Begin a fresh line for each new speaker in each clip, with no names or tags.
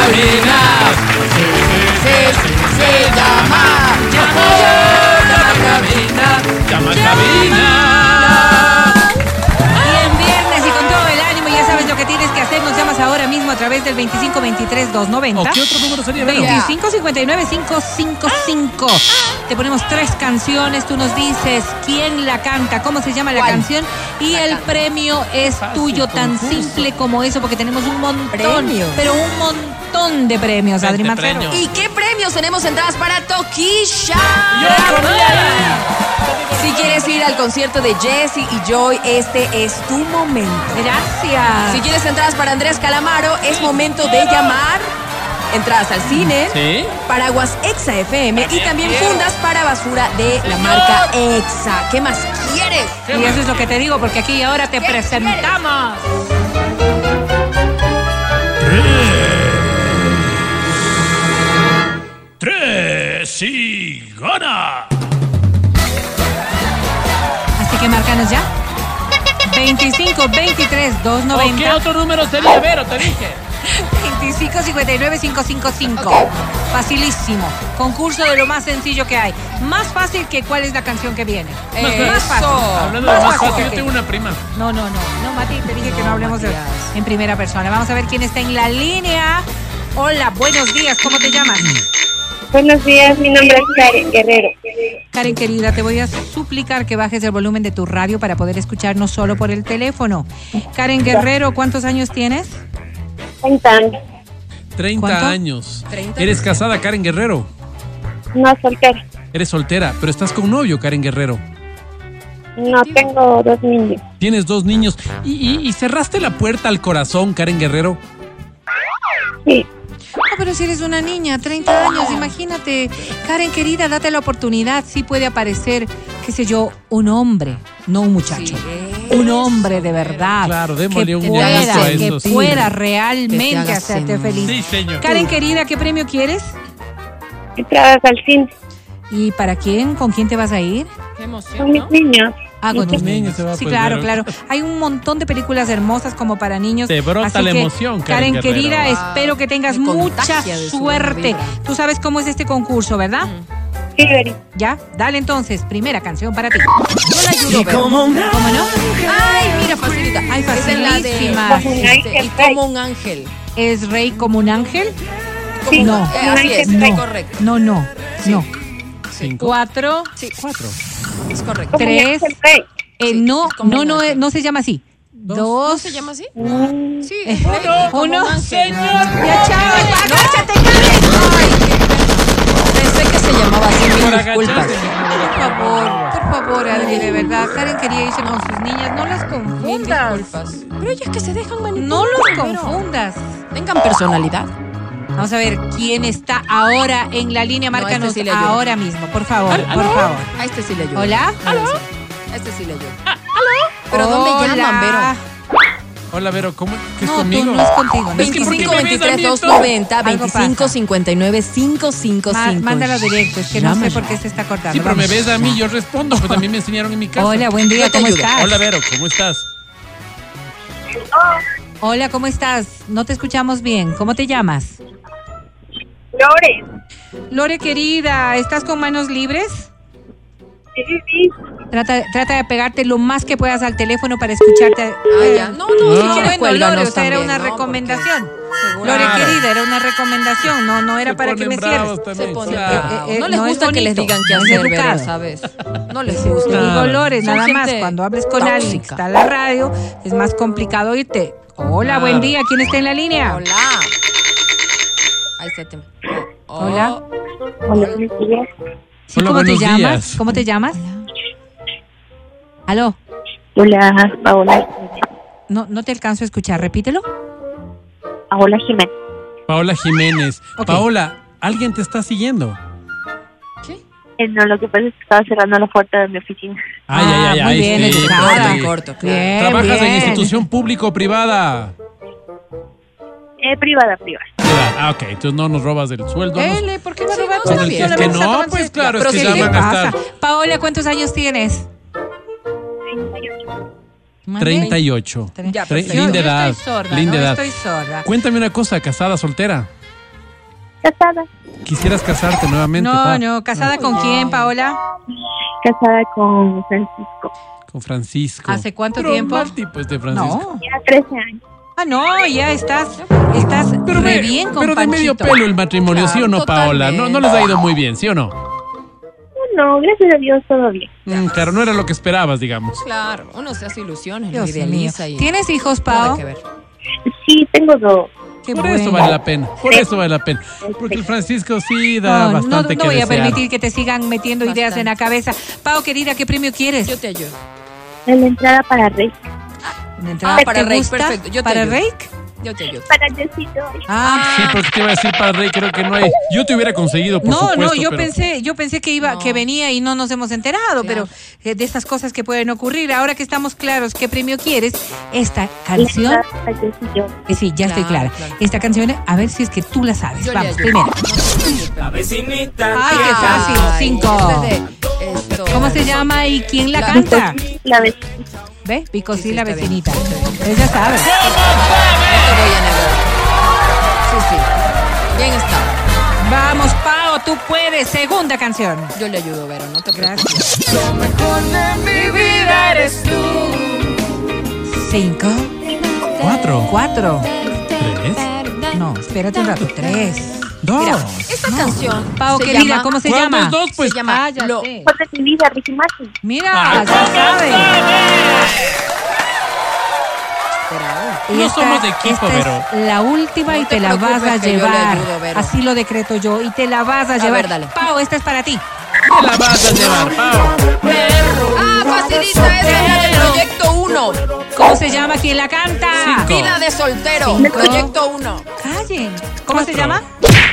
cabina.
se llama.
Llama a cabina.
Bien, viernes y con todo el ánimo, ya sabes lo que tienes que hacer. Nos llamas ahora mismo a través del 2523-290.
¿O qué otro número sería? Vero?
2559-555. Te ponemos tres canciones, tú nos dices quién la canta, cómo se llama la
¿Cuál?
canción y el premio es
Fácil,
tuyo, tan
concurso.
simple como eso, porque tenemos un montón,
Premios.
pero un montón de premios,
Veinte
Adri Marcelo.
premios.
¿Y qué premios tenemos entradas para Toquisha? Si quieres ir al concierto de Jesse y Joy, este es tu momento.
Gracias.
Si quieres entradas para Andrés Calamaro, es momento de llamar. Entradas al cine,
Sí.
paraguas Exa FM y también
quiero.
fundas para basura de la
Señor.
marca Exa. ¿Qué más quieres?
Y eso es lo que te digo, porque aquí y ahora te
¿Qué
presentamos.
Tres y gana.
Así que márcanos ya. 25 23
¿O qué
290
otro número sería? Vero, te dije.
25 59 555. Facilísimo. Concurso de lo más sencillo que hay. Más fácil que cuál es la canción que viene.
Eso.
más fácil.
Hablando de lo más fácil, yo
que-
tengo una prima.
No, no, no. No, Mati, te dije que no
No,
hablemos de-
Matías.
en primera persona. Vamos a ver quién está en la línea. Hola, buenos días. ¿Cómo te llamas?
Buenos días, mi nombre es Karen Guerrero.
Karen querida, te voy a suplicar que bajes el volumen de tu radio para poder escucharnos solo por el teléfono. Karen Guerrero, ¿cuántos años tienes?
30 años,
30
¿Cuánto?
años.
30
Eres casada, Karen Guerrero.
no soltera.
Eres soltera, pero estás con novio, Karen Guerrero.
No tengo dos niños.
Tienes dos niños. Y, y- y cerraste la puerta al corazón, Karen Guerrero.
Sí,
No, Ah, pero si eres una niña, 30 años, imagínate. Karen querida, date la oportunidad. Sí puede aparecer, qué sé yo, un hombre, no un muchacho.
Sí,
Un hombre de verdad.
Claro, démosle
que
un
pueda,
ganazo a
Que
eso, sí.
pueda
Que te
realmente
haga
hacerte
sentir.
feliz.
señor.
Karen querida, ¿qué premio quieres?
entradas al cine
¿Y para quién? ¿Con quién te vas a ir?
con mis niños.
Ah, con
Con
los
los niños
niños.
se va,
sí,
pues,
claro, claro.
pero-
Hay un montón de películas hermosas como para niños.
Te brota
Así
la
que,
emoción, Karen
Karen
Guerrero.
querida,
Wow.
espero que tengas
Me
mucha
contagia de su
suerte.
vibra.
Tú sabes cómo es este concurso, ¿verdad?
Sí, Veri.
Ya, dale entonces, primera canción para ti.
Yo la ayudo, Vero.
¿Cómo no?
Ay, mira, facilita. Ay,
Esa es la de-
facilísima.
Como un
Este,
ángel,
y
rey.
como un ángel.
¿Es rey como un ángel?
Sí,
No.
un
Eh, así es,
ángel rey.
No,
correcto.
no, no, no.
Cinco.
Cuatro,
Sí,
Cuatro.
es correcto.
Como un
Tres.
ángel rey.
Sí,
eh, no,
como
no,
un
no,
ángel.
eh, no se llama así. Dos.
¿No se llama así?
Mm,
Sí,
eh,
es rey, como
uno.
un ángel.
Ya, chao, ya, cállate, Karen.
Ay, pensé que se llamaba así, mil
Por
disculpas.
agacharse.
Por favor, por favor, Adri, de verdad. Karen quería irse con sus niñas. No las
Mil
confundas.
disculpas. Pero ellas que se dejan manipular.
No los
pero
confundas.
Tengan personalidad.
Vamos a ver quién está ahora en la línea.
No,
Márcanos
este sí le ayuda.
ahora mismo, por favor,
Al-
por
aló.
favor.
A este sí le ayudo.
¿Hola?
¿Aló? A este sí le ayudo. ¿Pero dónde
Hola.
llaman, Vero?
Hola, Vero, ¿cómo? ¿Qué es
No,
conmigo?
tú no es contigo. no es
Es que ¿por qué
25
me ves a
23
mí, entonces?
290
Algo pasa.
25 59 555.
Ma- Mándalo directo, es que no sé por qué se está cortando.
Sí, pero me
Vamos.
ves a mí, yo respondo, pues también me enseñaron en mi casa.
Hola, buen día,
Yo te
¿cómo
ayudo.
estás?
Hola, Vero, ¿cómo estás?
Hola, ¿cómo estás? No te escuchamos bien. ¿Cómo te llamas?
Flores.
Lore, querida, ¿estás con manos libres?
Sí, sí, sí.
Trata, trata de pegarte lo más que puedas al teléfono para escucharte.
Ah, ya. No, no,
Ah.
si
Sí,
quieres,
bueno,
cuélganos
Lore, o sea, era
también,
una
¿no?
recomendación.
Porque seguro-
Lore,
Claro.
querida, era una recomendación. No, no era
Se
para que
ponen
me
bravos
cierres.
también,
Se ponen
claro.
bravos.
Eh, eh,
no les
no es
gusta que les
bonito,
digan qué
no es
hacer,
educado.
Vero, ¿sabes? No les
Te
gusta.
Claro.
digo, Lore,
Son
nada más.
gente
Cuando hables con alguien que
tóxica.
está en la radio, es más complicado oírte. Hola,
Claro.
buen día. ¿Quién está en la línea?
Hola. Ahí está el tema. Oh,
Hola.
Hola, buenos días.
Sí,
Hola,
¿Cómo te
buenos
llamas?
días.
¿Cómo te llamas? Aló,
Hola, Paola.
no, no te alcanzo a escuchar. Repítelo.
Paola Jiménez.
Paola Jiménez.
Ok.
Paola, alguien te está siguiendo.
Eh, no, lo que pasa es que estaba cerrando la puerta de mi oficina.
Ah,
Ay, ay, ay,
muy
ay,
bien,
sí,
educada.
sí.
Corto, claro.
Bien,
¿Trabajas en
bien.
institución público o privada?
Eh, privada, privada.
Privada. Ah, ok, entonces no nos robas el sueldo. nos-
Ele, ¿por qué me
Sí,
robar
no,
tu
está
amigo?
bien.
Le
Es que
vamos a
no,
tomar
pues,
cierta-
claro, es
Pero
que
sí,
ya
¿qué
van
a
pasa?
gastar.
Paola, ¿cuántos años tienes? Madre.
38.
Tre-
Ya,
Tre-
perfecto.
Yo-
linda
yo
edad.
Estoy sorda,
linda
¿no?
edad.
Estoy sorda.
Cuéntame una cosa, casada, soltera.
Casada.
Quisieras casarte nuevamente.
No,
pa?
no, ¿casada con quién, Paola?
Casada con Francisco.
Con Francisco.
¿Hace cuánto
Pero
tiempo?
mal tipo este Francisco.
No.
Ya 13 años.
Ah, no, ya estás, estás
Pero,
re
me-
bien con
pero de medio
Panchito.
pelo el matrimonio, ¿sí o no,
Claro,
Paola? No, no les ha ido muy bien, ¿sí o no?
No, gracias a Dios todo bien.
Mm, claro, no era lo que esperabas, digamos.
Claro, uno se hace ilusiones, lo
Dios mío.
idealiza y
¿Tienes hijos,
nada
Pao?
que ver.
Sí, tengo dos.
Qué
por
bueno. Eh,
eso vale la pena, por eso vale la pena. Porque el Francisco sí da
No, no,
bastante
no
que
voy a
desear.
permitir que te sigan metiendo ideas en la cabeza. Pao, querida, ¿qué premio quieres?
Yo te ayudo.
En la entrada para Rey.
Una
Ah, para
¿Te
Rake,
gusta?
perfecto, yo te
¿Para
ayudo.
Rake?
Yo te ayudo.
Para Diosito.
Ah,
Sí, porque te iba a decir para Rey, creo que no hay. Yo te hubiera conseguido, por
no,
supuesto.
no, yo
pero-
pensé, yo pensé que iba,
No.
que venía y no nos hemos enterado,
Claro.
pero eh, de estas cosas que pueden ocurrir. Ahora que estamos claros qué premio quieres, esta canción,
Para Diosito.
eh, sí, ya estoy
Claro,
clara.
claro.
Esta canción, a ver si es que tú la sabes.
Yo le
Vamos,
ayudo.
primero.
La vecinita.
Ay, qué fácil.
Ay,
Cinco.
este de- esto-
¿Cómo se llama y quién la
La-
canta?
La vecinita.
¿Ves? Pico
Sí, sí,
sí, la
está bien.
vecinita. Ella sabe.
Te voy a negar. Sí, sí. Bien está.
Vamos, Pao, tú puedes. Segunda canción.
Yo le ayudo, Vero, no te preocupes.
Gracias. Cinco.
Cuatro.
Cuatro.
Tres.
No, espérate un rato. Tres.
Mira,
Dos.
esta canción.
Pao,
se
querida,
llama-
¿cómo se
¿Cuántos
llama?
dos? Pues
se llama
Ah, ya
Lo-
sé.
Corre pues, mi vida, Ricky Martin.
Mira, ya sabe.
Bravo.
No somos de equipo,
esta
pero-
es la última
No
y
te
te la vas a
preocupes que yo le
llevar.
ayudo, Vero.
Así lo decreto yo y te la vas a, llevar.
ver, dale.
Pao, esta es para ti.
Te la vas a llevar, Pau.
Ah, facilita, esa es la del proyecto 1.
¿Cómo se llama quien la canta?
Cinco.
Vida de soltero.
Cinco.
Proyecto 1.
Callen. ¿Cómo se
Cuatro.
llama?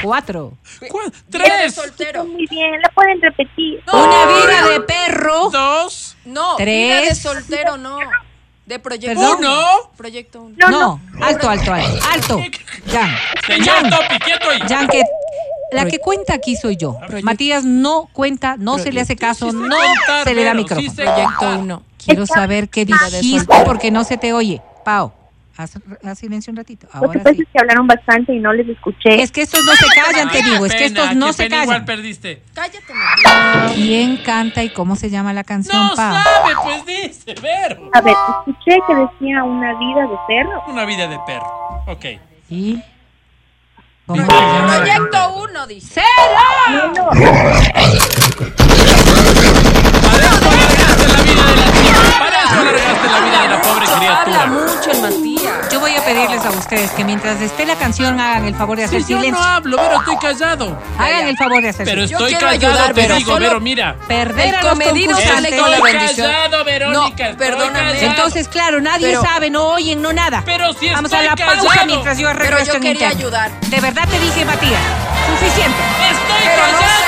Cuatro.
Cua-
Vida de
Tres.
soltero.
Muy bien, la pueden repetir.
No,
Una vida de perro.
Dos.
No, vida
Tres.
de soltero, no. De proyecto
Perdón.
Uno.
Proyecto 1.
No, no.
No, alto, alto, alto. Alto. Jan.
Señor Topi, quieto ahí.
Jan, que la que cuenta aquí soy yo.
Proyecto.
Matías no cuenta, no se le hace caso,
Sí sé
no
contar,
se le da
Vero,
micrófono.
sí sé
Proyecto
contar.
1.
Quiero saber qué dijiste porque no se te oye. Pao, haz, haz silencio un ratito.
Lo que
Ahora
pasa
sí.
es que hablaron bastante y no les escuché.
Es que estos no se callan, te
Qué
digo. Es que estos
pena,
no
qué
se
pena, Igual
callan.
perdiste.
Cállate, Matías.
¿Quién canta y cómo se llama la canción,
No
Pao?
sabe, pues dice, Vero.
A ver, escuché que decía una vida de perro.
Una vida de perro. Ok.
¿Y? ¿Cómo se llama?
Proyecto 1, dice.
No, no.
Para eso alargaste la vida de la chica. Para eso alargaste la vida de la pobre
Habla
criatura.
mucho el Matías.
Yo voy a pedirles a ustedes que mientras esté la canción hagan el favor de hacer
Si yo no
silencio.
hablo, Vero, estoy callado.
Hagan el favor de hacer
Pero
silencio.
Yo
estoy
quiero
callado,
ayudar,
te
Vero,
digo,
solo-
pero mira.
Perder
El
a los
comedido sale con la
Estoy
concursantes.
bendición.
callado, Verónica,
No,
estoy
perdóname.
callado.
Entonces, claro, nadie
Pero-
sabe, no oyen, no nada.
Pero si
Vamos a
estoy
la pausa
callado.
mientras yo arreglo
Pero
esto
yo
en
quería
interno.
ayudar.
De verdad te dije, Matías, suficiente.
Estoy
Pero no
callado.
se deja.